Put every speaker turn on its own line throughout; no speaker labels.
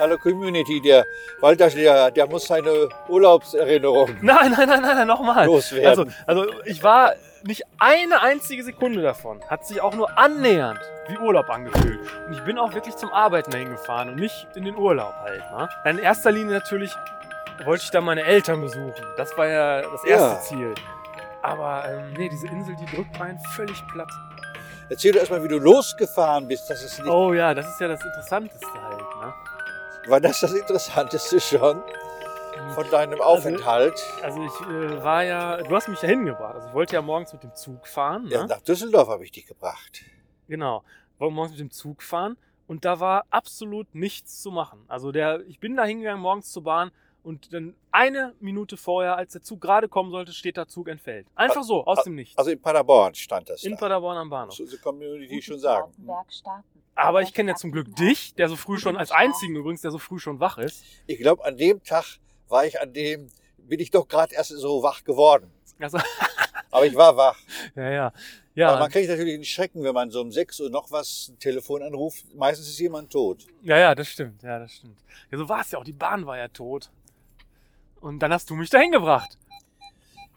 aller Community, der Walterschläger, der muss seine Urlaubserinnerung.
Nein, nein, nein, nein, nein nochmal. Also,
Loswerden.
also ich war nicht eine einzige Sekunde davon. Hat sich auch nur annähernd wie Urlaub angefühlt. Und ich bin auch wirklich zum Arbeiten dahin gefahren und nicht in den Urlaub halt. Ne? In erster Linie natürlich wollte ich da meine Eltern besuchen. Das war ja das erste
Ja.
Ziel. Aber ähm, nee, diese Insel, die drückt einen völlig platt.
Erzähl doch erstmal, wie du losgefahren bist. Das ist nicht,
Oh ja, das ist ja das Interessanteste halt. Ne?
War das das Interessanteste schon von deinem Aufenthalt?
Also ich äh, war ja, du hast mich ja hingebracht. Also ich wollte ja morgens mit dem Zug fahren. Ne?
ja, nach Düsseldorf habe ich dich gebracht.
Genau. Wollte morgens mit dem Zug fahren und da war absolut nichts zu machen. Also der, ich bin da hingegangen morgens zur Bahn und dann eine Minute vorher, als der Zug gerade kommen sollte, steht der Zug entfällt. Einfach so, aus dem Nichts.
Also in Paderborn stand das.
In
da.
Paderborn am Bahnhof.
Muss unsere Community
Guten
schon sagen.
Straßenberg starten.
Aber ich kenne ja zum Glück dich, der so früh schon, als einzigen übrigens, der so früh schon wach ist.
Ich glaube, an dem Tag war ich an dem, bin ich doch gerade erst so wach geworden.
Also,
Aber ich war wach.
ja, ja.
Aber
Ja,
man kriegt natürlich einen Schrecken, wenn man so um 6 Uhr noch was einen Telefonanruf. Meistens ist jemand tot.
ja, ja, das stimmt. Ja, das stimmt. Ja, so war es ja auch. Die Bahn war ja tot. Und dann hast du mich dahin gebracht.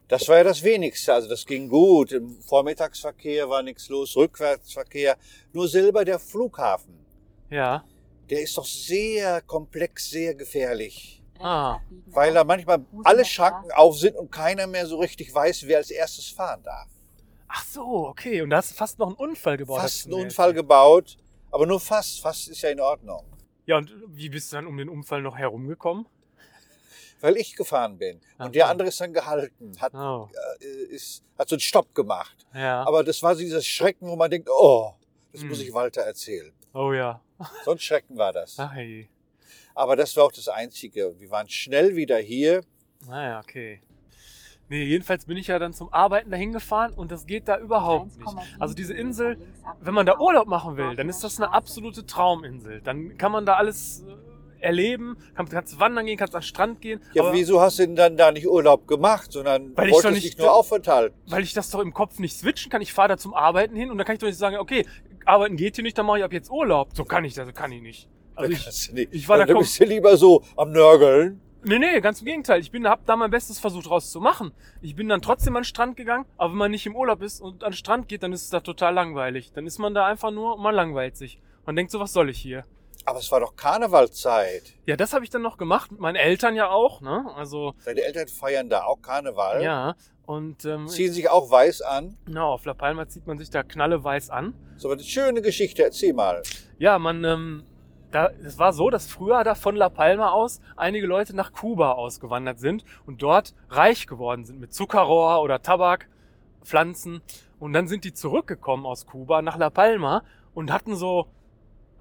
Das war ja das Wenigste. Also das ging gut. Im Vormittagsverkehr war nichts los, Rückwärtsverkehr. Nur selber der Flughafen.
Ja.
Der ist doch sehr komplex, sehr gefährlich.
Rechts
Ah.
abbiegen.
Weil da manchmal alle Schranken auf sind und keiner mehr so richtig weiß, wer als erstes fahren darf.
Ach so, okay. Und da hast du fast noch einen Unfall gebaut. hast
Fast
du
einen
mir
Unfall
erzählt.
gebaut, aber nur fast. Fast ist ja in Ordnung.
Ja, und wie bist du dann um den Unfall noch herumgekommen?
Weil ich gefahren bin.
Ach
Und der
so.
andere ist dann gehalten, hat,
Oh,
äh, ist, hat so einen Stopp gemacht.
ja.
Aber das war so dieses Schrecken, wo man denkt, oh, das
Ah. Hm. Ah.
muss ich Walter erzählen.
Oh ja.
So ein Schrecken war das.
Ach hey.
Aber das war auch das Einzige. Wir waren schnell wieder hier.
Naja, Ah, okay. Nee, jedenfalls bin ich ja dann zum Arbeiten dahin gefahren und das geht da überhaupt nicht.
1,7
Also diese Insel,
links abbiegen.
Wenn man da Urlaub machen will, dann ist das eine absolute Trauminsel. Dann kann man da alles äh, erleben, kann, kannst wandern gehen, kannst an den Strand gehen.
Ja,
aber
wieso hast du denn dann da nicht Urlaub gemacht, sondern
Weil ich
wolltest
doch nicht-
dich nur aufenthalten?
weil ich das doch im Kopf nicht switchen kann. Ich fahre da zum Arbeiten hin und dann kann ich doch nicht sagen, okay, arbeiten geht hier nicht, dann mache ich ab jetzt Urlaub. So kann ich das, so kann ich nicht. Also ich,
Kannst du nicht.
ich war da
dann
kom-
bist du lieber so am Nörgeln.
Nee, nee, ganz im Gegenteil. Ich bin, hab da mein Bestes versucht draus zu machen. Ich bin dann trotzdem an den Strand gegangen, aber wenn man nicht im Urlaub ist und an den Strand geht, dann ist es da total langweilig. Dann ist man da einfach nur und man langweilt sich. Man denkt so, was soll ich hier?
Aber es war doch Karnevalzeit.
Ja, das habe ich dann noch gemacht, mit meinen Eltern ja auch, ne? Also,
Deine Eltern feiern da auch Karneval.
ja. Und ähm,
Ziehen sich auch weiß an.
genau, auf La Palma zieht man sich da knalleweiß an.
So eine schöne Geschichte, erzähl mal.
Ja, man, ähm, da, es war so, dass früher da von La Palma aus einige Leute nach Kuba ausgewandert sind und dort reich geworden sind mit Zuckerrohr oder Tabak, Pflanzen. Und dann sind die zurückgekommen aus Kuba nach La Palma und hatten so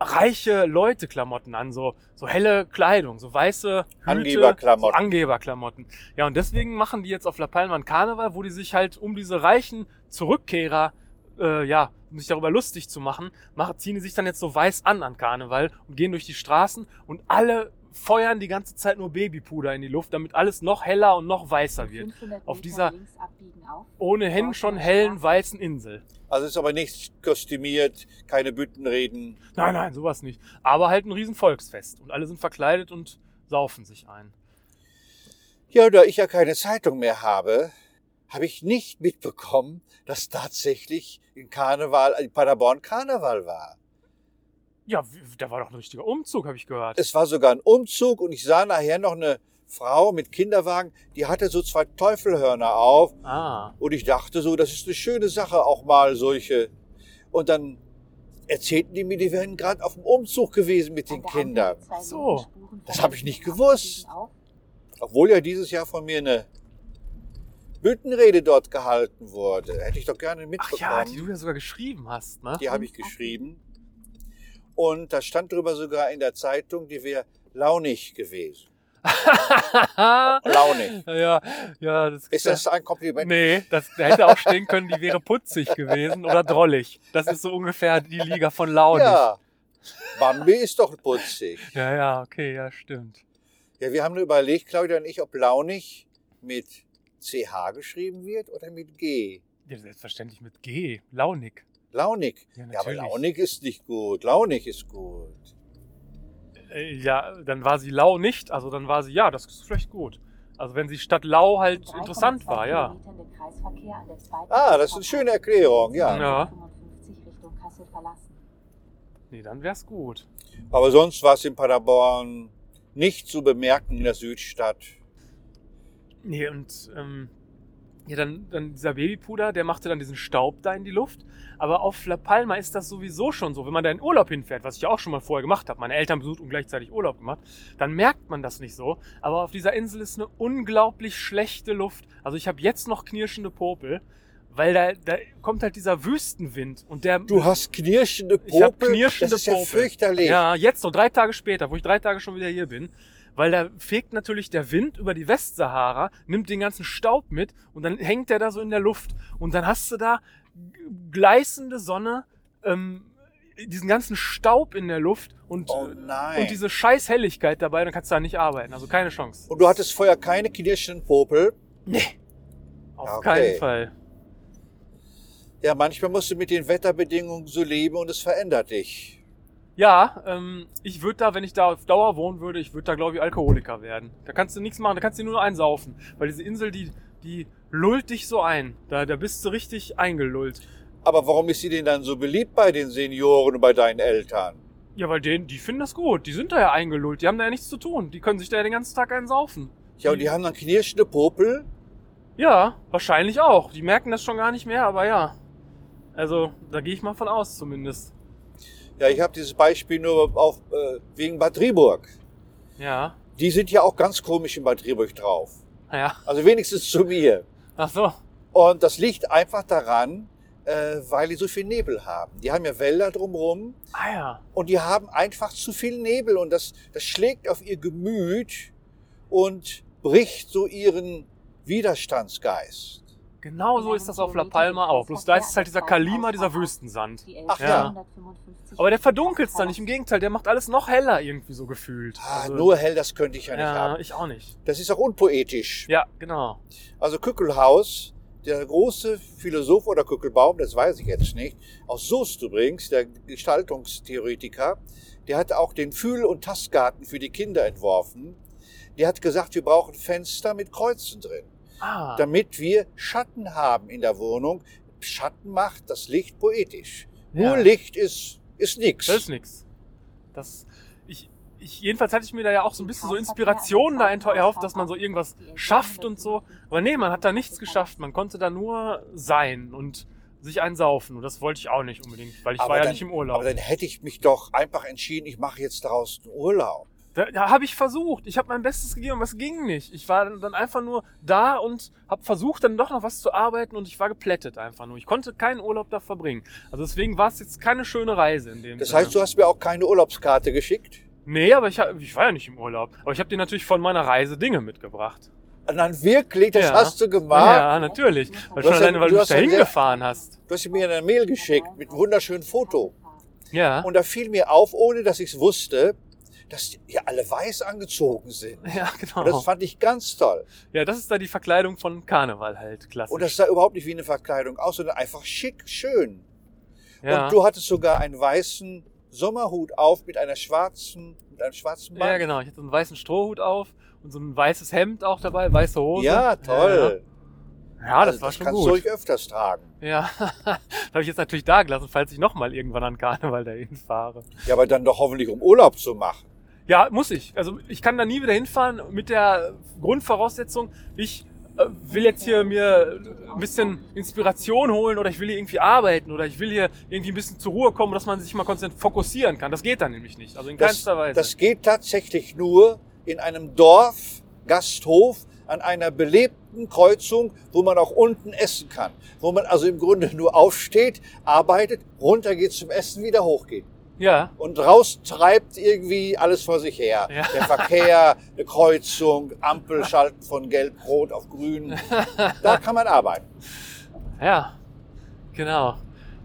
reiche Leute-Klamotten an, so, so helle Kleidung, so weiße Hüte,
Angeberklamotten.
So Angeberklamotten. Ja, und deswegen machen die jetzt auf La Palma einen Karneval, wo die sich halt um diese reichen Zurückkehrer, äh, ja, um sich darüber lustig zu machen, machen, ziehen die sich dann jetzt so weiß an an Karneval und gehen durch die Straßen und alle feuern die ganze Zeit nur Babypuder in die Luft, damit alles noch heller und noch weißer wird.
500
Auf
Meter
dieser- Oh,
links abbiegen auf
Ohnehin schon hellen weißen Insel.
Also ist aber nichts kostümiert, keine Büttenreden.
Nein, nein, sowas nicht. Aber halt ein riesen Volksfest und alle sind verkleidet und saufen sich ein.
Ja, da ich ja keine Zeitung mehr habe, habe ich nicht mitbekommen, dass tatsächlich in Karneval, in Paderborn Karneval war.
Ja, w- da war doch ein richtiger Umzug, habe ich gehört.
Es war sogar ein Umzug und ich sah nachher noch eine Frau mit Kinderwagen, die hatte so zwei Teufelhörner auf
Ah,
und ich dachte so, das ist eine schöne Sache, auch mal solche. Und dann erzählten die mir, die wären gerade auf dem Umzug gewesen mit den
An der anderen
Kindern.
zwei
So.
Lebensspuren
Das hab ich nicht
abbiegen
gewusst.
auf
Obwohl ja dieses Jahr von mir eine Büttenrede dort gehalten wurde. Hätte ich doch gerne
ach
mitbekommen.
ja, die du ja sogar geschrieben hast, ne?
Die habe ich geschrieben. Und da stand drüber sogar in der Zeitung, die wäre launig gewesen. Launig.
ja, ja, das
Ist das ein Kompliment?
Nee, das da hätte auch stehen können, die wäre putzig gewesen oder drollig. Das ist so ungefähr die Liga von Laune.
ja. Bambi ist doch putzig.
ja, ja, okay, ja, stimmt.
Ja, wir haben nur überlegt, Claudia und ich, ob launig mit CH geschrieben wird oder mit G.
Ja, selbstverständlich mit G, launig.
Launig.
Ja,
Ja, aber
natürlich.
launig ist nicht gut. Launig ist gut.
Äh, ja, dann war sie lau nicht. Also dann war sie, ja, das ist vielleicht gut. Also wenn sie statt lau halt interessant war, ja.
Ah, das ist eine schöne Erklärung, ja.
Ja. Nee, dann wär's gut.
Aber sonst war es in Paderborn nicht zu bemerken in der Südstadt.
Nee, und ähm, ja, dann, dann dieser Babypuder, der machte dann diesen Staub da in die Luft. Aber auf La Palma ist das sowieso schon so. Wenn man da in Urlaub hinfährt, was ich ja auch schon mal vorher gemacht habe, meine Eltern besucht und gleichzeitig Urlaub gemacht, dann merkt man das nicht so. Aber auf dieser Insel ist eine unglaublich schlechte Luft. Also ich habe jetzt noch knirschende Popel, weil da, da kommt halt dieser Wüstenwind und der.
Du hast knirschende Popel.
Ich hab knirschende
das ist ja
Popel.
fürchterlich.
Ja, jetzt so drei Tage später, wo ich drei Tage schon wieder hier bin. Weil da fegt natürlich der Wind über die Westsahara, nimmt den ganzen Staub mit und dann hängt der da so in der Luft. Und dann hast du da g- gleißende Sonne, ähm, diesen ganzen Staub in der Luft und,
Oh nein.
und diese scheiß Helligkeit dabei, dann kannst du da nicht arbeiten. Also keine Chance.
Und du hattest vorher keine knirschenden Popel.
Auf
Okay.
keinen Fall.
Ja, manchmal musst du mit den Wetterbedingungen so leben und es verändert dich.
Ja, ähm, ich würde da, wenn ich da auf Dauer wohnen würde, ich würde da, glaube ich, Alkoholiker werden. Da kannst du nichts machen, da kannst du nur einsaufen. Weil diese Insel, die, die lullt dich so ein. Da, da bist du richtig eingelullt.
Aber warum ist sie denn dann so beliebt bei den Senioren und bei deinen Eltern?
Ja, weil denen, die finden das gut. Die sind da ja eingelullt. Die haben da ja nichts zu tun. Die können sich da ja den ganzen Tag einsaufen.
Ja, und die haben dann knirschende Popel?
Ja, wahrscheinlich auch. Die merken das schon gar nicht mehr, aber ja. Also, da gehe ich mal von aus zumindest.
Ja, ich habe dieses Beispiel nur auf, äh, wegen Bad Driburg.
Ja.
Die sind ja auch ganz komisch in Bad Driburg drauf.
Ja.
Also wenigstens zu mir.
Ach so.
Und das liegt einfach daran, äh, weil die so viel Nebel haben. Die haben ja Wälder drumherum
Ah ja.
und die haben einfach zu viel Nebel und das, das schlägt auf ihr Gemüt und bricht so ihren Widerstandsgeist.
Genau so ist das auf La Palma auch. Bloß da ist es halt dieser Kalima, dieser Wüstensand.
Ach
ja. Aber der verdunkelt's dann nicht. Im Gegenteil, der macht alles noch heller irgendwie so gefühlt.
Ah,
Also-
nur hell, das könnte ich ja nicht
ja,
haben.
ich auch nicht.
Das ist auch unpoetisch.
Ja, genau.
Also Kückelhaus, der große Philosoph oder Kückelbaum, das weiß ich jetzt nicht, aus Soest übrigens, der Gestaltungstheoretiker, der hat auch den Fühl- und Tastgarten für die Kinder entworfen. Der hat gesagt, wir brauchen Fenster mit Kreuzen drin,
Ah,
damit wir Schatten haben in der Wohnung. Schatten macht das Licht poetisch.
ja.
Nur Licht ist, ist nix.
Das ist nix. Das, ich, ich, jedenfalls hatte ich mir da ja auch so ein bisschen so Inspiration da ento- erhofft, dass man so irgendwas schafft und so. Aber nee, man hat da nichts geschafft. Man konnte da nur sein und sich einsaufen. Und das wollte ich auch nicht unbedingt, weil ich
Aber
war ja
dann-
nicht im Urlaub.
Aber dann hätte ich mich doch einfach entschieden, ich mache jetzt draußen Urlaub.
Da, da habe ich versucht. Ich habe mein Bestes gegeben, aber es ging nicht. Ich war dann einfach nur da und habe versucht, dann doch noch was zu arbeiten und ich war geplättet einfach nur. Ich konnte keinen Urlaub da verbringen. Also deswegen war es jetzt keine schöne Reise in dem
Das
Sinne.
heißt, du hast mir auch keine Urlaubskarte geschickt?
Nee, aber ich, hab- ich war ja nicht im Urlaub. Aber ich habe dir natürlich von meiner Reise Dinge mitgebracht.
Und dann wirklich, das
Ja.
hast du gemacht.
ja, natürlich. Weil
Du
schon
hast ja-
alleine, weil
du
du mich
hast ja
da
sehr-
hingefahren hast.
Du hast mir eine Mail geschickt mit einem wunderschönen Foto.
Ja.
Und da fiel mir auf, ohne dass ich es wusste, dass die ja alle weiß angezogen sind.
ja,
Und das
genau.
fand ich ganz toll.
Ja, das ist da die Verkleidung von Karneval halt, klassisch.
Und das sah überhaupt nicht wie eine Verkleidung aus, sondern einfach schick, schön.
ja.
Und du hattest sogar einen weißen Sommerhut auf mit einer schwarzen, mit einem schwarzen Band.
ja, genau. Ich hatte so einen weißen Strohhut auf und so ein weißes Hemd auch dabei, weiße Hose.
Ja,
genau. Ja,
toll.
Ja, das
Also
war schon
kannst
gut.
du ruhig öfters tragen.
Ja, das habe ich jetzt natürlich da gelassen, falls ich nochmal irgendwann an Karneval dahin fahre.
Ja, aber dann doch hoffentlich, um Urlaub zu machen.
Ja, muss ich. Also ich kann da nie wieder hinfahren mit der Grundvoraussetzung, ich äh, will jetzt hier mir ein bisschen Inspiration holen oder ich will hier irgendwie arbeiten oder ich will hier irgendwie ein bisschen zur Ruhe kommen, dass man sich mal konzentrieren, fokussieren kann. Das geht dann nämlich nicht. Also in
Das,
keinster Weise.
das geht tatsächlich nur in einem Dorf, Gasthof, an einer belebten Kreuzung, wo man auch unten essen kann. Wo man also im Grunde nur aufsteht, arbeitet, runter geht zum Essen, wieder hochgeht.
ja,
Und raus treibt irgendwie alles vor sich her.
Ja.
Der Verkehr, eine Kreuzung, Ampel schalten von gelb, rot auf grün. Da kann man arbeiten.
ja, genau.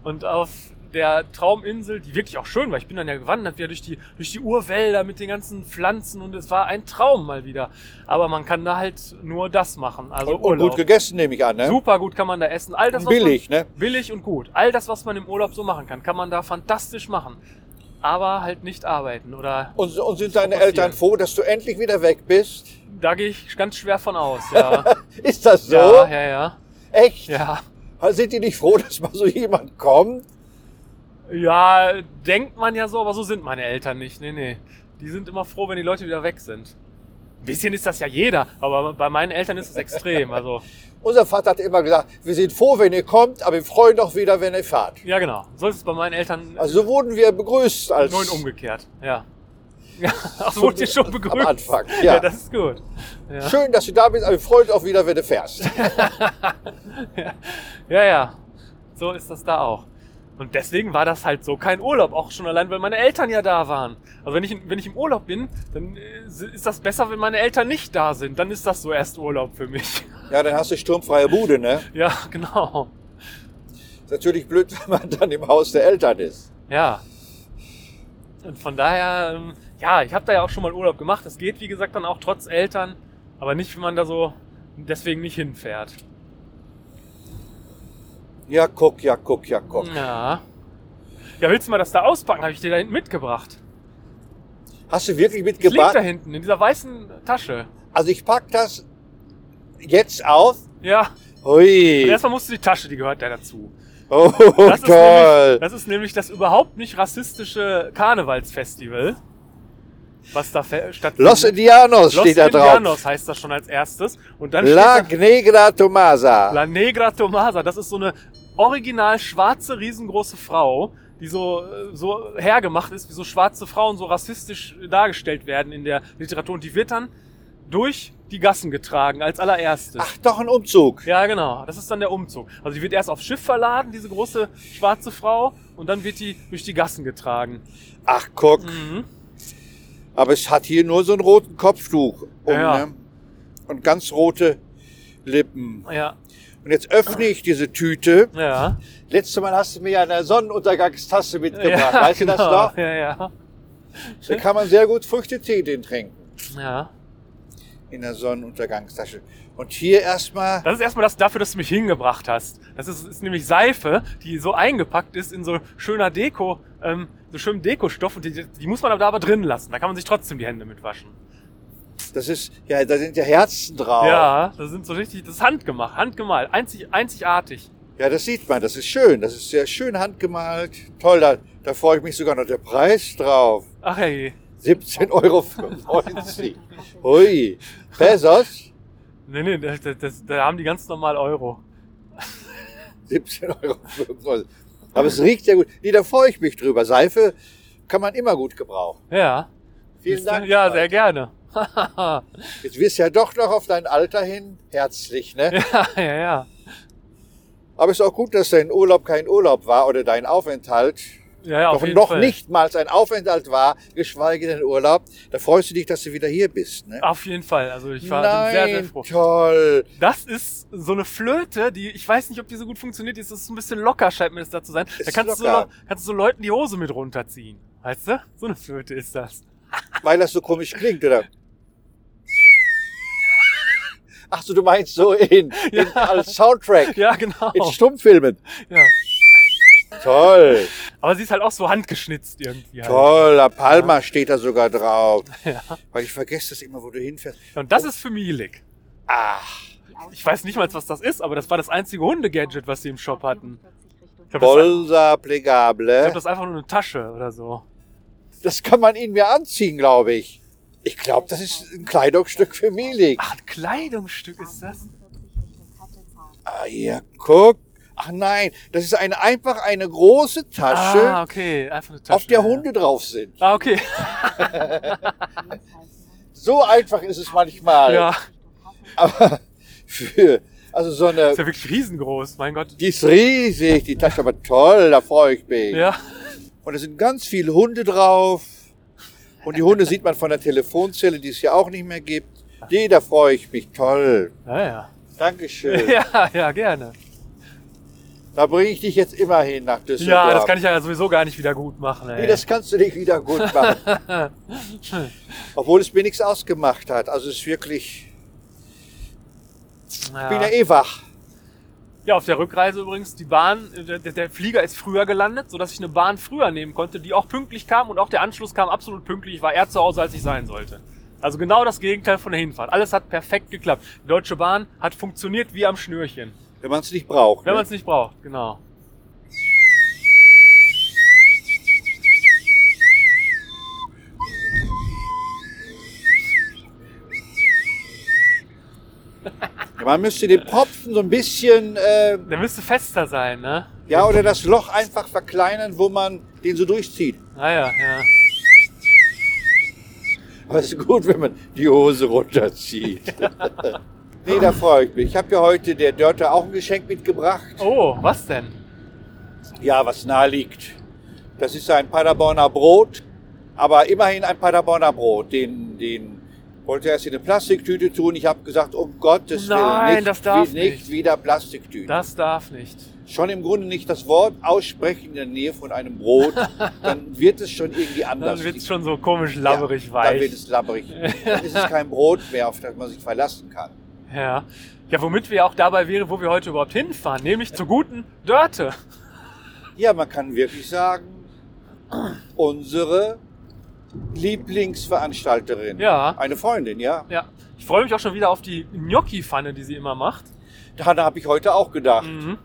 Und auf der Trauminsel, die wirklich auch schön war, ich bin dann ja gewandert, wieder durch die, durch die Urwälder mit den ganzen Pflanzen und es war ein Traum mal wieder. Aber man kann da halt nur das machen. Also
und, und
Urlaub.
gut gegessen, nehme ich an. Ne?
Super gut kann man da essen. All das, was
Billig, ne?
Man, billig und gut. All das, was man im Urlaub so machen kann, kann man da fantastisch machen. aber halt nicht arbeiten oder
Und, und sind deine
Fokussieren.
Eltern froh, dass du endlich wieder weg bist?
da gehe ich ganz schwer von aus, ja.
Ist das so?
Ja, ja, ja.
Echt?
Ja.
Sind die nicht froh, dass mal so jemand kommt?
Ja, denkt man ja so, aber so sind meine Eltern nicht. Nee, nee. Die sind immer froh, wenn die Leute wieder weg sind. Ein bisschen ist das ja jeder, aber bei meinen Eltern ist es extrem. Also,
Unser Vater hat immer gesagt, wir sind froh, wenn ihr kommt, aber wir freuen doch wieder, wenn ihr fahrt.
ja, genau. So ist es bei meinen Eltern
Also so wurden wir begrüßt als
nur in umgekehrt. Ja. ja das wurde ich schon
am
begrüßt.
Anfang. Ja.
das ist gut. Ja.
Schön, dass du da bist, aber wir freuen uns auch wieder, wenn du fährst.
ja, ja. So ist das da auch. Und deswegen war das halt so kein Urlaub, auch schon allein, weil meine Eltern ja da waren. Also wenn ich, wenn ich im Urlaub bin, dann äh, ist das besser, wenn meine Eltern nicht da sind. Dann ist das so erst Urlaub für mich.
Ja, dann hast du sturmfreie Bude, ne?
Ja, genau.
Ist natürlich blöd, wenn man dann im Haus der Eltern ist.
Ja. Und von daher, ähm, ja, ich habe da ja auch schon mal Urlaub gemacht. Es geht, wie gesagt, dann auch trotz Eltern, aber nicht, wenn man da so deswegen nicht hinfährt.
Ja, guck, ja, guck, ja, guck.
Ja. Ja, willst du mal das da auspacken? Habe ich dir da hinten mitgebracht.
Hast du wirklich
Das liegt da
mitgebracht?
hinten in dieser weißen Tasche.
Also ich pack das jetzt auf.
Ja. Und
Hui.
erstmal musst du die Tasche, die gehört ja dazu.
Oh,
Das ist, nämlich,
toll.
das ist nämlich das überhaupt nicht rassistische Karnevalsfestival, was da fe- stattfindet.
Los Indianos
Los
steht da drauf.
Indianos heißt das schon als erstes. Und dann
La
steht
Negra
da
Tomasa.
La Negra Tomasa. Das ist so eine original schwarze, riesengroße Frau, die so, äh, so hergemacht ist, wie so schwarze Frauen so rassistisch dargestellt werden in der Literatur. Und die wird dann durch die Gassen getragen als allererstes.
Ach, doch ein Umzug.
Ja, genau. Das ist dann der Umzug. Also die wird erst aufs Schiff verladen, diese große schwarze Frau, und dann wird die durch die Gassen getragen.
Ach, guck.
Mhm.
Aber es hat hier nur so einen roten Kopftuch. Um,
Ja, ja.
ne? Und ganz rote Lippen.
Ja,
Und jetzt öffne ich diese Tüte.
ja.
Letztes Mal hast du mir ja eine Sonnenuntergangstasse mitgebracht.
ja, genau.
weißt du das noch?
Ja, ja.
Da kann man sehr gut Früchtetee den trinken.
ja.
In der Sonnenuntergangstasche. Und hier erstmal
Das ist erstmal das dafür, dass du mich hingebracht hast. Das ist, ist nämlich Seife, die so eingepackt ist in so schöner Deko, ähm, so schönen Dekostoff. Und die, die muss man aber da aber drin lassen. Da kann man sich trotzdem die Hände mit waschen.
Das ist, ja, da sind ja Herzen drauf.
Ja, das sind so richtig, das ist handgemacht, handgemalt, einzig, einzigartig.
Ja, das sieht man, das ist schön. Das ist sehr schön handgemalt. Toll, da, da freue ich mich sogar noch der Preis drauf.
Ach hey,
17,95 Euro. Hui. Pesos?
nee, nee, das, das, das, da haben die ganz normal Euro.
17,95 Euro. Aber es riecht sehr gut. Nee, da freue ich mich drüber. Seife kann man immer gut gebrauchen.
Ja.
Vielen
Siehste?
Dank.
Ja, sehr gerne.
Jetzt wirst du ja doch noch auf dein Alter hin herzlich, ne?
ja, ja, ja.
Aber es ist auch gut, dass dein Urlaub kein Urlaub war oder dein Aufenthalt
Ja, ja, auf
doch
jeden
noch
Fall.
nichtmals ein Aufenthalt war, geschweige denn Urlaub. Da freust du dich, dass du wieder hier bist, ne?
Auf jeden Fall. Also ich war
Nein,
bin sehr, sehr froh.
toll.
Das ist so eine Flöte, die, ich weiß nicht, ob die so gut funktioniert, die ist das ist ein bisschen locker, scheint mir das da zu sein. Da
Ist
kannst du, so,
locker.
kannst du so Leuten die Hose mit runterziehen. Weißt du? So eine Flöte ist das.
Weil das so komisch klingt, oder? Ach so, du meinst so in, in als Soundtrack
Ja, genau.
in Stummfilmen.
Ja.
Toll,
Aber sie ist halt auch so handgeschnitzt irgendwie. Halt.
toll. La Palma steht da sogar drauf. Weil ich vergesse das immer, wo du hinfährst. Ah,
Und das ist für Milik.
Ach,
Ich weiß nicht mal, was das ist, aber das war das einzige Hunde-Gadget, was sie im Shop hatten. Ich glaub, das, ich
Bolsa
glaub,
Plegable.
das ist einfach nur eine Tasche oder so.
Das kann man ihn mir anziehen, glaube ich. Ich glaube, das ist ein Kleidungsstück für Milik.
Ach, ein Kleidungsstück ist das?
Ah, hier, guck. Ach nein, das ist eine, einfach eine große Tasche,
Ah, okay. Einfach eine Tasche.
auf der
ja.
Hunde drauf sind.
Ah, okay.
So einfach ist es manchmal.
Ja.
Aber für, also so eine,
Ist ja wirklich riesengroß, mein Gott.
die ist riesig, die Tasche, aber toll, da freue ich mich.
Ja.
Und da sind ganz viele Hunde drauf. Und die Hunde sieht man von der Telefonzelle, die es ja auch nicht mehr gibt. Die, da freue ich mich, toll.
Ah, Ja, ja.
Dankeschön.
Ja, ja, gerne.
Da bringe ich dich jetzt immer hin nach Düsseldorf.
Ja, das kann ich ja sowieso gar nicht wieder gut machen, ey.
Nee, das kannst du nicht wieder gut machen. Obwohl es mir nichts ausgemacht hat. Also es ist wirklich, ich bin ja eh wach.
Ja, auf der Rückreise übrigens, die Bahn, äh, der, der Flieger ist früher gelandet, sodass ich eine Bahn früher nehmen konnte, die auch pünktlich kam und auch der Anschluss kam absolut pünktlich. Ich war eher zu Hause, als ich sein sollte. Also genau das Gegenteil von der Hinfahrt. Alles hat perfekt geklappt. Die Deutsche Bahn hat funktioniert wie am Schnürchen.
Wenn man es nicht braucht.
Wenn
ne?
man es nicht braucht, genau.
man müsste den Propfen so ein bisschen, äh,
Der müsste fester sein, ne?
ja, oder das Loch einfach verkleinern, wo man den so durchzieht.
Naja, Ah ja.
Aber es ist gut, wenn man die Hose runterzieht. nee, da freue ich mich. Ich habe ja heute der Dörte auch ein Geschenk mitgebracht.
Oh, was denn?
Ja, was nahe liegt. Das ist ein Paderborner Brot, aber immerhin ein Paderborner Brot. Den, den wollte er erst in eine Plastiktüte tun. Ich habe gesagt, um Gottes
Nein,
Willen, nicht,
das darf
wie-
nicht.
nicht wieder Plastiktüte.
Das darf nicht.
Schon im Grunde nicht das Wort aussprechen in der Nähe von einem Brot, dann wird es schon irgendwie anders.
Dann wird es schon so komisch labberig
ja, Dann wird
weich.
es labberig. dann ist es kein Brot mehr, auf das man sich verlassen kann.
Ja. ja, womit wir auch dabei wären, wo wir heute überhaupt hinfahren, nämlich zur guten Dörte.
Ja, man kann wirklich sagen, unsere Lieblingsveranstalterin.
Ja.
Eine Freundin, ja.
Ja, ich freue mich auch schon wieder auf die Gnocchi-Pfanne, die sie immer macht.
Daran habe ich heute auch gedacht.
Mhm.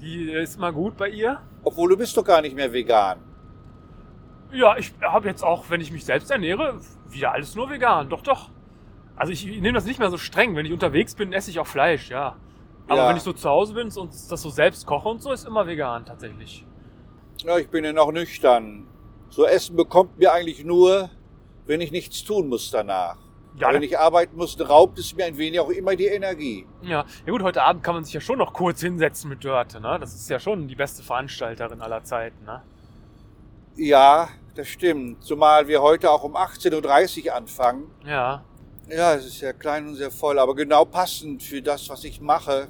Die ist immer gut bei ihr.
Obwohl du bist doch gar nicht mehr vegan.
Ja, ich habe jetzt auch, wenn ich mich selbst ernähre, wieder alles nur vegan. Doch, doch. Also ich nehme das nicht mehr so streng. Wenn ich unterwegs bin, esse ich auch Fleisch, ja. Aber
Ja.
wenn ich so zu Hause bin und das so selbst koche und so, ist immer vegan tatsächlich.
Ja, ich bin ja noch nüchtern. So Essen bekommt mir eigentlich nur, wenn ich nichts tun muss danach.
Ja,
wenn
da-
ich arbeiten muss, raubt es mir ein wenig auch immer die Energie.
Ja, ja gut, heute Abend kann man sich ja schon noch kurz hinsetzen mit Dörte, ne? Das ist ja schon die beste Veranstalterin aller Zeiten, ne?
Ja, das stimmt. Zumal wir heute auch um 18.30 Uhr anfangen.
Ja.
Ja, es ist sehr klein und sehr voll, aber genau passend für das, was ich mache.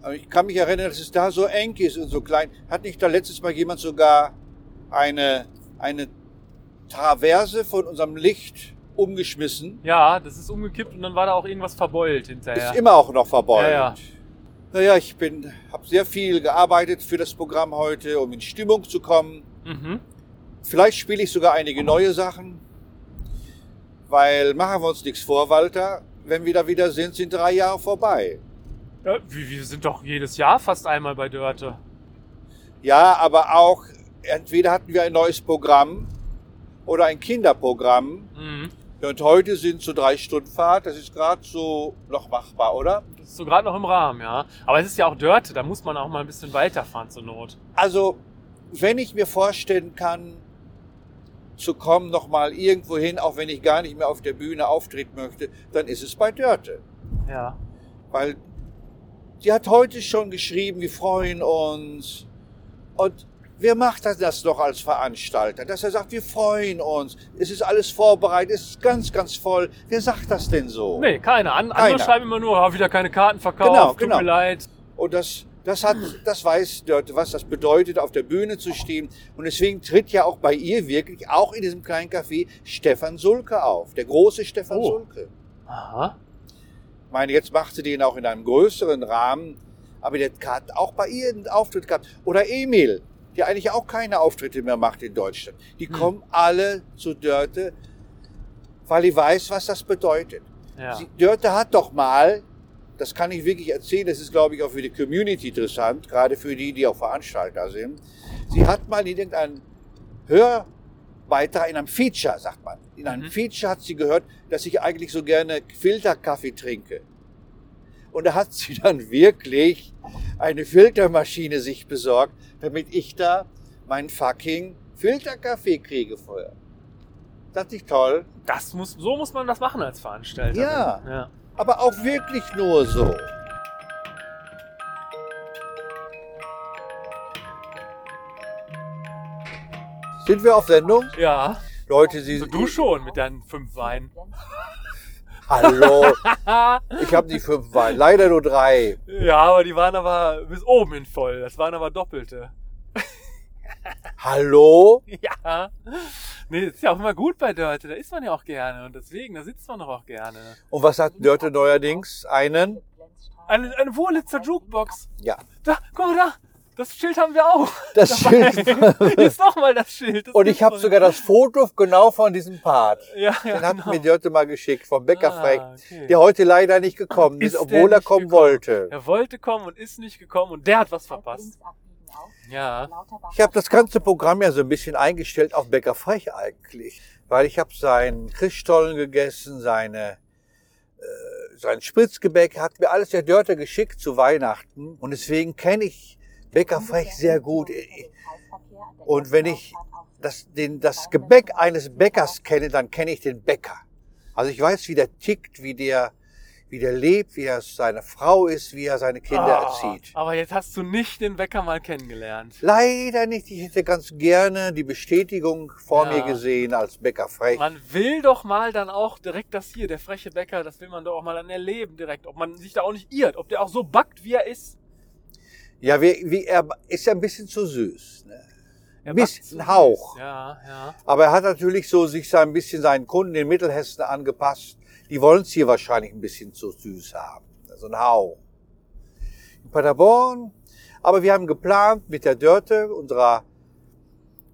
Aber Ich kann mich erinnern, dass es da so eng ist und so klein. Hat nicht da letztes Mal jemand sogar eine, eine Traverse von unserem Licht umgeschmissen?
Ja, das ist umgekippt und dann war da auch irgendwas verbeult hinterher.
Ist immer auch noch verbeult.
Ja, ja.
Naja, ich bin, habe sehr viel gearbeitet für das Programm heute, um in Stimmung zu kommen.
mhm.
Vielleicht spiele ich sogar einige neue Sachen, weil machen wir uns nichts vor, Walter. Wenn wir da wieder sind, sind drei Jahre vorbei.
ja, wir, wir sind doch jedes Jahr fast einmal bei Dörte.
Ja, aber auch entweder hatten wir ein neues Programm oder ein Kinderprogramm.
Mhm.
Ja, Und heute sind so drei Stunden Fahrt. Das ist gerade so noch machbar, oder?
Das ist so gerade noch im Rahmen, ja. Aber es ist ja auch Dörte, da muss man auch mal ein bisschen weiterfahren zur Not.
Also, wenn ich mir vorstellen kann, zu kommen nochmal irgendwo hin, auch wenn ich gar nicht mehr auf der Bühne auftreten möchte, dann ist es bei Dörte.
Ja.
weil die hat heute schon geschrieben, wir freuen uns. Und wer macht das- das noch als Veranstalter? Dass er sagt, wir freuen uns, es ist alles vorbereitet, es ist ganz, ganz voll. Wer sagt das denn so?
Nee, keine. An,
Keiner.
andere schreiben immer nur, ah, wieder keine Karten verkauft,
Genau,
tut
genau.
mir leid.
Und das, das hat, das weiß Dörte, was das bedeutet, auf der Bühne zu stehen. Und deswegen tritt ja auch bei ihr wirklich, auch in diesem kleinen Café, Stefan Sulke auf. Der große Stefan
Oh.
Sulke.
Aha.
Ich meine, jetzt macht sie den auch in einem größeren Rahmen, aber der hat auch bei ihr einen Auftritt gehabt. Oder Emil, der eigentlich auch keine Auftritte mehr macht in Deutschland. Die
Hm.
kommen alle zu Dörte, weil die weiß, was das bedeutet.
Ja.
Sie, Dörte hat doch mal, das kann ich wirklich erzählen, das ist, glaube ich, auch für die Community interessant, gerade für die, die auch Veranstalter sind. Sie hat mal in irgendeinem Hörbeitrag, in einem Feature, sagt man, in einem
Mhm.
Feature hat sie gehört, dass ich eigentlich so gerne Filterkaffee trinke. Und da hat sie dann wirklich eine Filtermaschine sich besorgt, damit ich da meinen fucking Filterkaffee kriege vorher. Dachte ich toll.
Das muss, so muss man das machen als Veranstalter.
Ja.
ja.
aber auch wirklich nur so. Sind wir auf Sendung?
Ja,
Leute, Sie
also du schon mit deinen fünf Weinen.
Hallo,
Ah,
ich habe nicht fünf Wein, leider nur drei.
ja, aber die waren aber bis oben hin voll. Das waren aber Doppelte.
Hallo?
Ja. Nee, das ist ja auch immer gut bei Dörte. Da isst man ja auch gerne. Und deswegen, da sitzt man doch auch gerne.
Und was hat Dörte neuerdings? Einen?
Eine, eine Wurlitzer Jukebox.
Ja,
Da, guck mal da. Das Schild haben wir auch.
das
Dabei.
Schild. war-
Hier ist nochmal das Schild. Das
Und ich
gibt's
habe
doch
sogar das Foto genau von diesem Part.
nicht. Ja, ja,
Den hatten
genau.
mir die Leute mal geschickt vom Bäcker
Ah,
Frank,
okay.
der heute leider nicht gekommen ist,
Ist der
obwohl er
nicht
kommen
gekommen?
wollte.
Er wollte kommen und ist nicht gekommen und der hat was verpasst.
Links abbiegen auf
Ja.
Lauterbach-
Ich habe das ganze Programm ja so ein bisschen eingestellt auf Bäcker Frech eigentlich, weil ich habe seinen Christstollen gegessen, seine äh, sein Spritzgebäck hat mir alles der Dörte geschickt zu Weihnachten und deswegen kenne ich Bäcker Frech sehr gut. Und wenn ich Das, den, das Gebäck eines Bäckers kenne, dann kenne ich den Bäcker. Also ich weiß, wie der tickt, wie der wie der lebt, wie er seine Frau ist, wie er seine Kinder
Ah,
erzieht.
Aber jetzt hast du nicht den Bäcker mal kennengelernt.
Leider nicht. Ich hätte ganz gerne die Bestätigung vor
Ja.
mir gesehen als Bäcker Frech.
Man will doch mal dann auch direkt das hier, der freche Bäcker, das will man doch auch mal dann erleben direkt, ob man sich da auch nicht irrt, ob der auch so backt, wie er ist.
Ja, wie, wie er ist ja ein bisschen zu süß. Ne?
Er
Bisschen
backt so
Hauch.
süß. Ja, ja.
Aber er hat natürlich so sich so ein bisschen seinen Kunden in Mittelhessen angepasst. Die wollen es hier wahrscheinlich ein bisschen zu süß haben. So ein Hauch. In Paderborn. Aber wir haben geplant mit der Dörte, unserer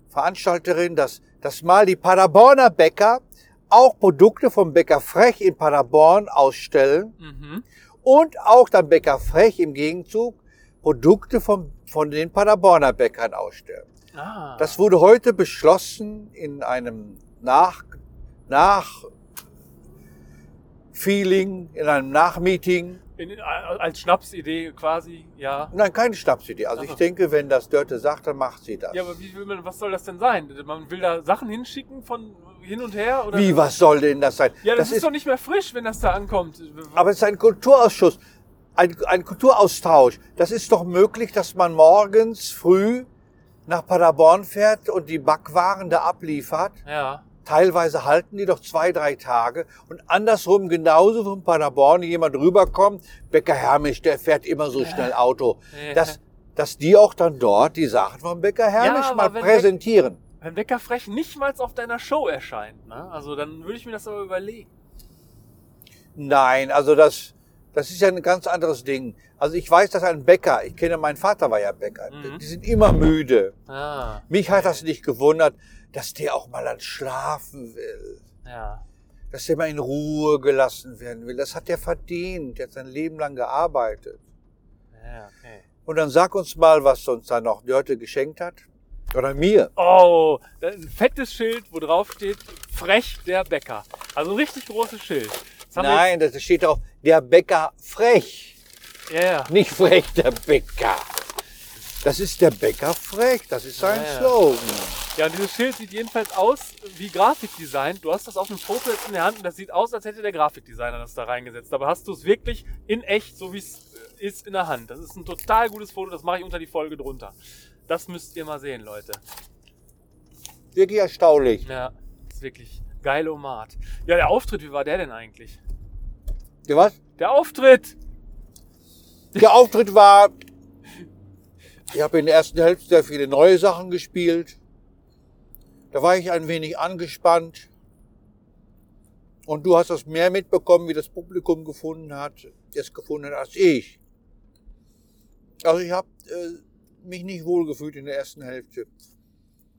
Veranstalterin, dass, dass mal die Paderborner Bäcker auch Produkte vom Bäcker Frech in Paderborn ausstellen.
Mhm.
und auch dann Bäcker Frech im Gegenzug Produkte vom, von den Paderborner Bäckern ausstellen.
Ah.
Das wurde heute beschlossen in einem Nach, Nach Feeling, in einem Nachmeeting.
in, äh, als Schnapsidee quasi, ja.
Nein, keine Schnapsidee. Also ich
Aha.
denke, wenn das Dörte sagt, dann macht sie das.
Ja, aber wie will man, was soll das denn sein? Man will da Sachen hinschicken von hin und her? Oder?
Wie, was soll denn das sein?
Ja, das, ist, doch nicht mehr frisch, wenn das da ankommt.
aber es ist ein Kulturausschuss, ein, ein Kulturaustausch. Das ist doch möglich, dass man morgens früh nach Paderborn fährt und die Backwaren da abliefert.
ja.
Teilweise halten die doch zwei, drei Tage und andersrum genauso von Paderborn jemand rüberkommt, Bäcker Hermisch, der fährt immer so schnell Auto, dass, dass die auch dann dort die Sachen vom Bäcker Hermisch
aber
mal
wenn
präsentieren.
Wenn Wecker frech nicht mal auf deiner Show erscheint, ne? Also dann würde ich mir das aber überlegen.
Nein, also das, das ist ja ein ganz anderes Ding. Also ich weiß, dass ein Bäcker, ich kenne, mein Vater war ja Bäcker,
Mhm.
die sind immer müde.
Ah,
Mich hat das nicht gewundert, dass der auch mal dann schlafen will.
ja.
Dass der mal in Ruhe gelassen werden will. Das hat der verdient. Der hat sein Leben lang gearbeitet.
Ja, okay.
Und dann sag uns mal, was uns da noch Dörte geschenkt hat. Oder mir.
Oh, da ist ein fettes Schild, wo drauf steht, frech der Bäcker. Also ein richtig großes Schild. Das haben wir
Nein, das steht drauf, der Bäcker frech.
Jetzt, ja, ja.
Nicht frech, der Bäcker. Das ist der Bäcker frech. Das ist sein
Ah, Ja, ja.
Slogan.
ja, und dieses Schild sieht jedenfalls aus wie Grafikdesign. Du hast das auf einem Foto jetzt in der Hand und das sieht aus, als hätte der Grafikdesigner das da reingesetzt. Aber hast du es wirklich in echt, so wie es ist, in der Hand. Das ist ein total gutes Foto, das mache ich unter die Folge drunter. Das müsst ihr mal sehen, Leute.
Wirklich erstaunlich.
Ja, ist wirklich geil Omat. Ja, der Auftritt, wie war der denn eigentlich?
Ja, was?
Der Auftritt!
Der Auftritt war, ich habe in der ersten Hälfte sehr viele neue Sachen gespielt. Da war ich ein wenig angespannt. Und du hast das mehr mitbekommen, wie das Publikum gefunden hat, es gefunden hat, als ich. Also ich habe äh, mich nicht wohlgefühlt in der ersten Hälfte.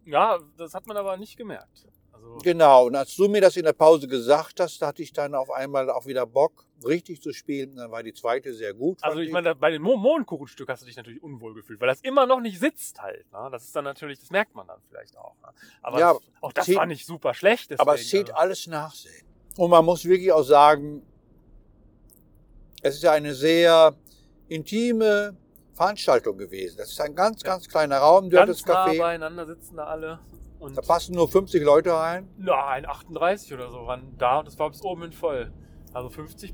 Ja, das hat man aber nicht gemerkt. Also,
Genau, und als du mir das in der Pause gesagt hast, da hatte ich dann auf einmal auch wieder Bock, richtig zu spielen. Dann war die zweite sehr gut.
also
fand
ich meine, bei dem Mo- Mohnkuchenstück hast du dich natürlich unwohl gefühlt, weil das immer noch nicht sitzt halt. Ne? Das ist dann natürlich, das merkt man dann vielleicht auch. Ne? Aber
Ja,
das, auch das
zieht-
war nicht super schlecht. Deswegen,
Aber es zieht
also,
alles nach sich. Und man muss wirklich auch sagen, es ist ja eine sehr intime Veranstaltung gewesen. Das ist ein ganz, ganz kleiner Raum, Dörtes
ganz nah
Café.
beieinander sitzen da alle. Und
Da passen nur 50 Leute rein.
nein, 38 oder so waren da und das war bis oben hin voll. Also 50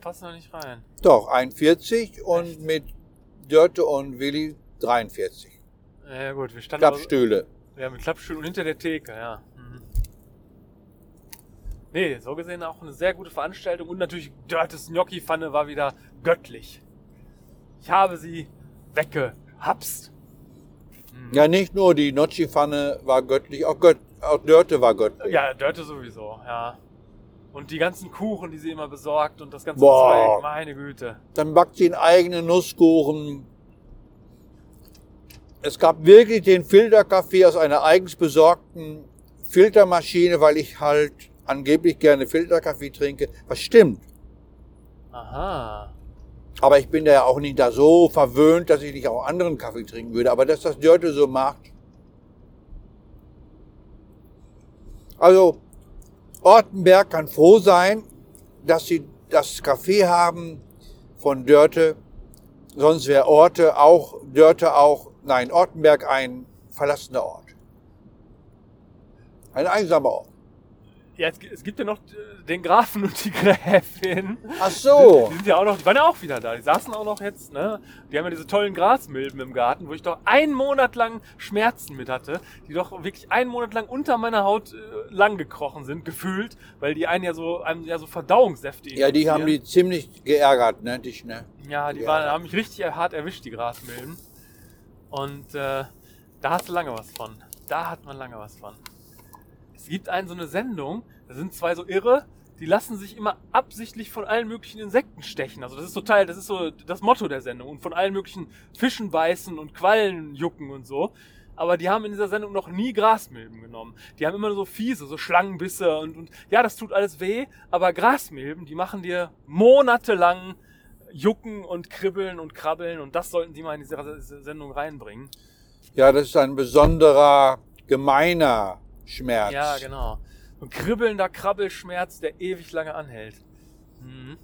passen da nicht rein.
Doch, 41 und
Echt?
mit Dörte und Willi 43.
Genau. Ja gut, wir standen also aber-
Klappstühle.
Ja, mit Klappstuhl und hinter der Theke, ja. Mhm. Nee, so gesehen auch eine sehr gute Veranstaltung und natürlich Dörtes Gnocchi-Pfanne war wieder göttlich. Ich habe sie weggehapst. Mhm.
Ja, nicht nur die Nocci-Pfanne war göttlich, auch, Gött, auch Dörte war göttlich.
ja, Dörte sowieso, ja. Und die ganzen Kuchen, die sie immer besorgt und das ganze
Boah.
Zeug, meine Güte.
Dann backt sie einen eigenen Nusskuchen. Es gab wirklich den Filterkaffee aus einer eigens besorgten Filtermaschine, weil ich halt angeblich gerne Filterkaffee trinke. Was stimmt.
Aha.
Aber ich bin da ja auch nicht da so verwöhnt, dass ich nicht auch anderen Kaffee trinken würde. Aber dass das die Leute so macht. Also, Ortenberg kann froh sein, dass sie das Café haben von Dörte. Sonst wäre Orte auch, Dörte auch, nein, Ortenberg ein verlassener Ort. Ein einsamer Ort.
Ja, es, gi- es gibt ja noch äh, den Grafen und die Gräfin.
Ach so.
Die sind ja auch noch, die waren ja auch wieder da. Die saßen auch noch jetzt, ne? Die haben ja diese tollen Grasmilben im Garten, wo ich doch einen Monat lang Schmerzen mit hatte, die doch wirklich einen Monat lang unter meiner Haut äh, lang gekrochen sind, gefühlt, weil die einen ja so, einem ja so Verdauungssäfte
Ja, die haben
injizieren.
die ziemlich geärgert, ne, dich, ne?
Ja, die
Ja.
Waren, haben mich richtig hart erwischt, die Grasmilben. Und äh, da hast du lange was von. Da hat man lange was von. Es gibt einen so eine Sendung, da sind zwei so irre, die lassen sich immer absichtlich von allen möglichen Insekten stechen. Also das ist total, das ist so das Motto der Sendung. Und von allen möglichen Fischen beißen und Quallen jucken und so. Aber die haben in dieser Sendung noch nie Grasmilben genommen. Die haben immer so fiese, so Schlangenbisse und, und ja, das tut alles weh, aber Grasmilben, die machen dir monatelang jucken und kribbeln und krabbeln und das sollten die mal in diese Ra- diese Sendung reinbringen.
Ja, das ist ein besonderer, gemeiner Schmerz.
Ja, genau. Und kribbelnder Krabbelschmerz, der ewig lange anhält. Mhm.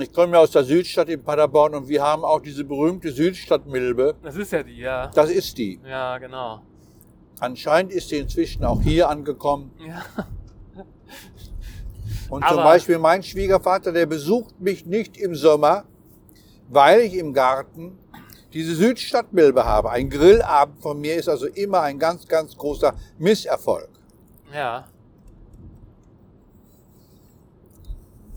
Ich komme ja aus der Südstadt in Paderborn und wir haben auch diese berühmte Südstadtmilbe.
Das ist ja die, ja.
Das ist die.
Ja, genau.
Anscheinend ist sie inzwischen auch hier angekommen.
Ja.
Und zum
Aber-
Beispiel mein Schwiegervater, der besucht mich nicht im Sommer, weil ich im Garten diese Südstadtmilbe habe. Ein Grillabend von mir ist also immer ein ganz, ganz großer Misserfolg.
Ja.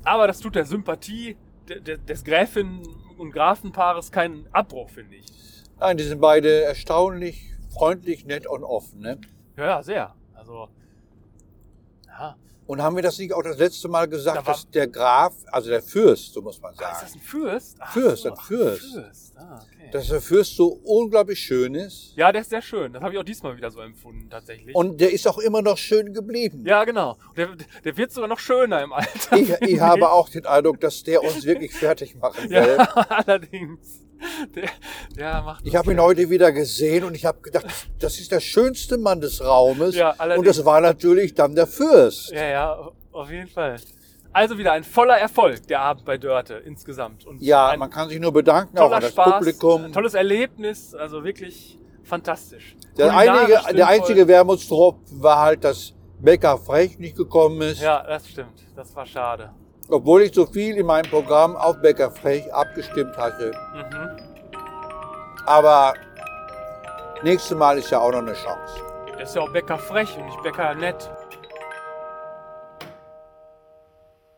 Aber das tut der Sympathie de- de- des Gräfin- und Grafenpaares keinen Abbruch, finde ich.
Nein, die sind beide erstaunlich freundlich, nett und offen. Ne?
Ja, ja, sehr. Also. Ja.
Und haben wir das nicht auch das letzte Mal
Da
gesagt,
war-
dass der Graf, also der Fürst, so muss man
Ah, ist
sagen,
das ein Fürst? Ach
Fürst,
so,
ein
ach,
Fürst.
Fürst. Ah, okay.
dass der Fürst so unglaublich schön ist.
Ja, der ist sehr schön. Das habe ich auch diesmal wieder so empfunden, tatsächlich.
Und der ist auch immer noch schön geblieben.
ja, genau. Der, der wird sogar noch schöner im Alter.
Ich, ich habe auch den Eindruck, dass der uns wirklich fertig machen will.
Ja, allerdings. Der, der macht.
Ich habe ihn heute wieder gesehen und ich habe gedacht, das ist der schönste Mann des Raumes.
Ja,
und
allerdings.
das war natürlich dann der Fürst.
Ja, ja, auf jeden Fall. Also wieder ein voller Erfolg, der Abend bei Dörte insgesamt. Und
Ja,
ein
man kann sich nur bedanken, auch
toller
an das
Spaß,
Publikum.
ein tolles Erlebnis, also wirklich fantastisch.
Der,
Kulinarisch
einige,
sinnvoll.
der einzige Wermutstropfen war halt, dass Becker Frech nicht gekommen ist.
Ja, das stimmt. Das war schade.
Obwohl ich so viel in meinem Programm auf Becker Frech abgestimmt hatte.
Mhm.
Aber nächstes Mal ist ja auch noch eine Chance.
Das ist ja auch Bäcker frech und nicht Bäcker nett.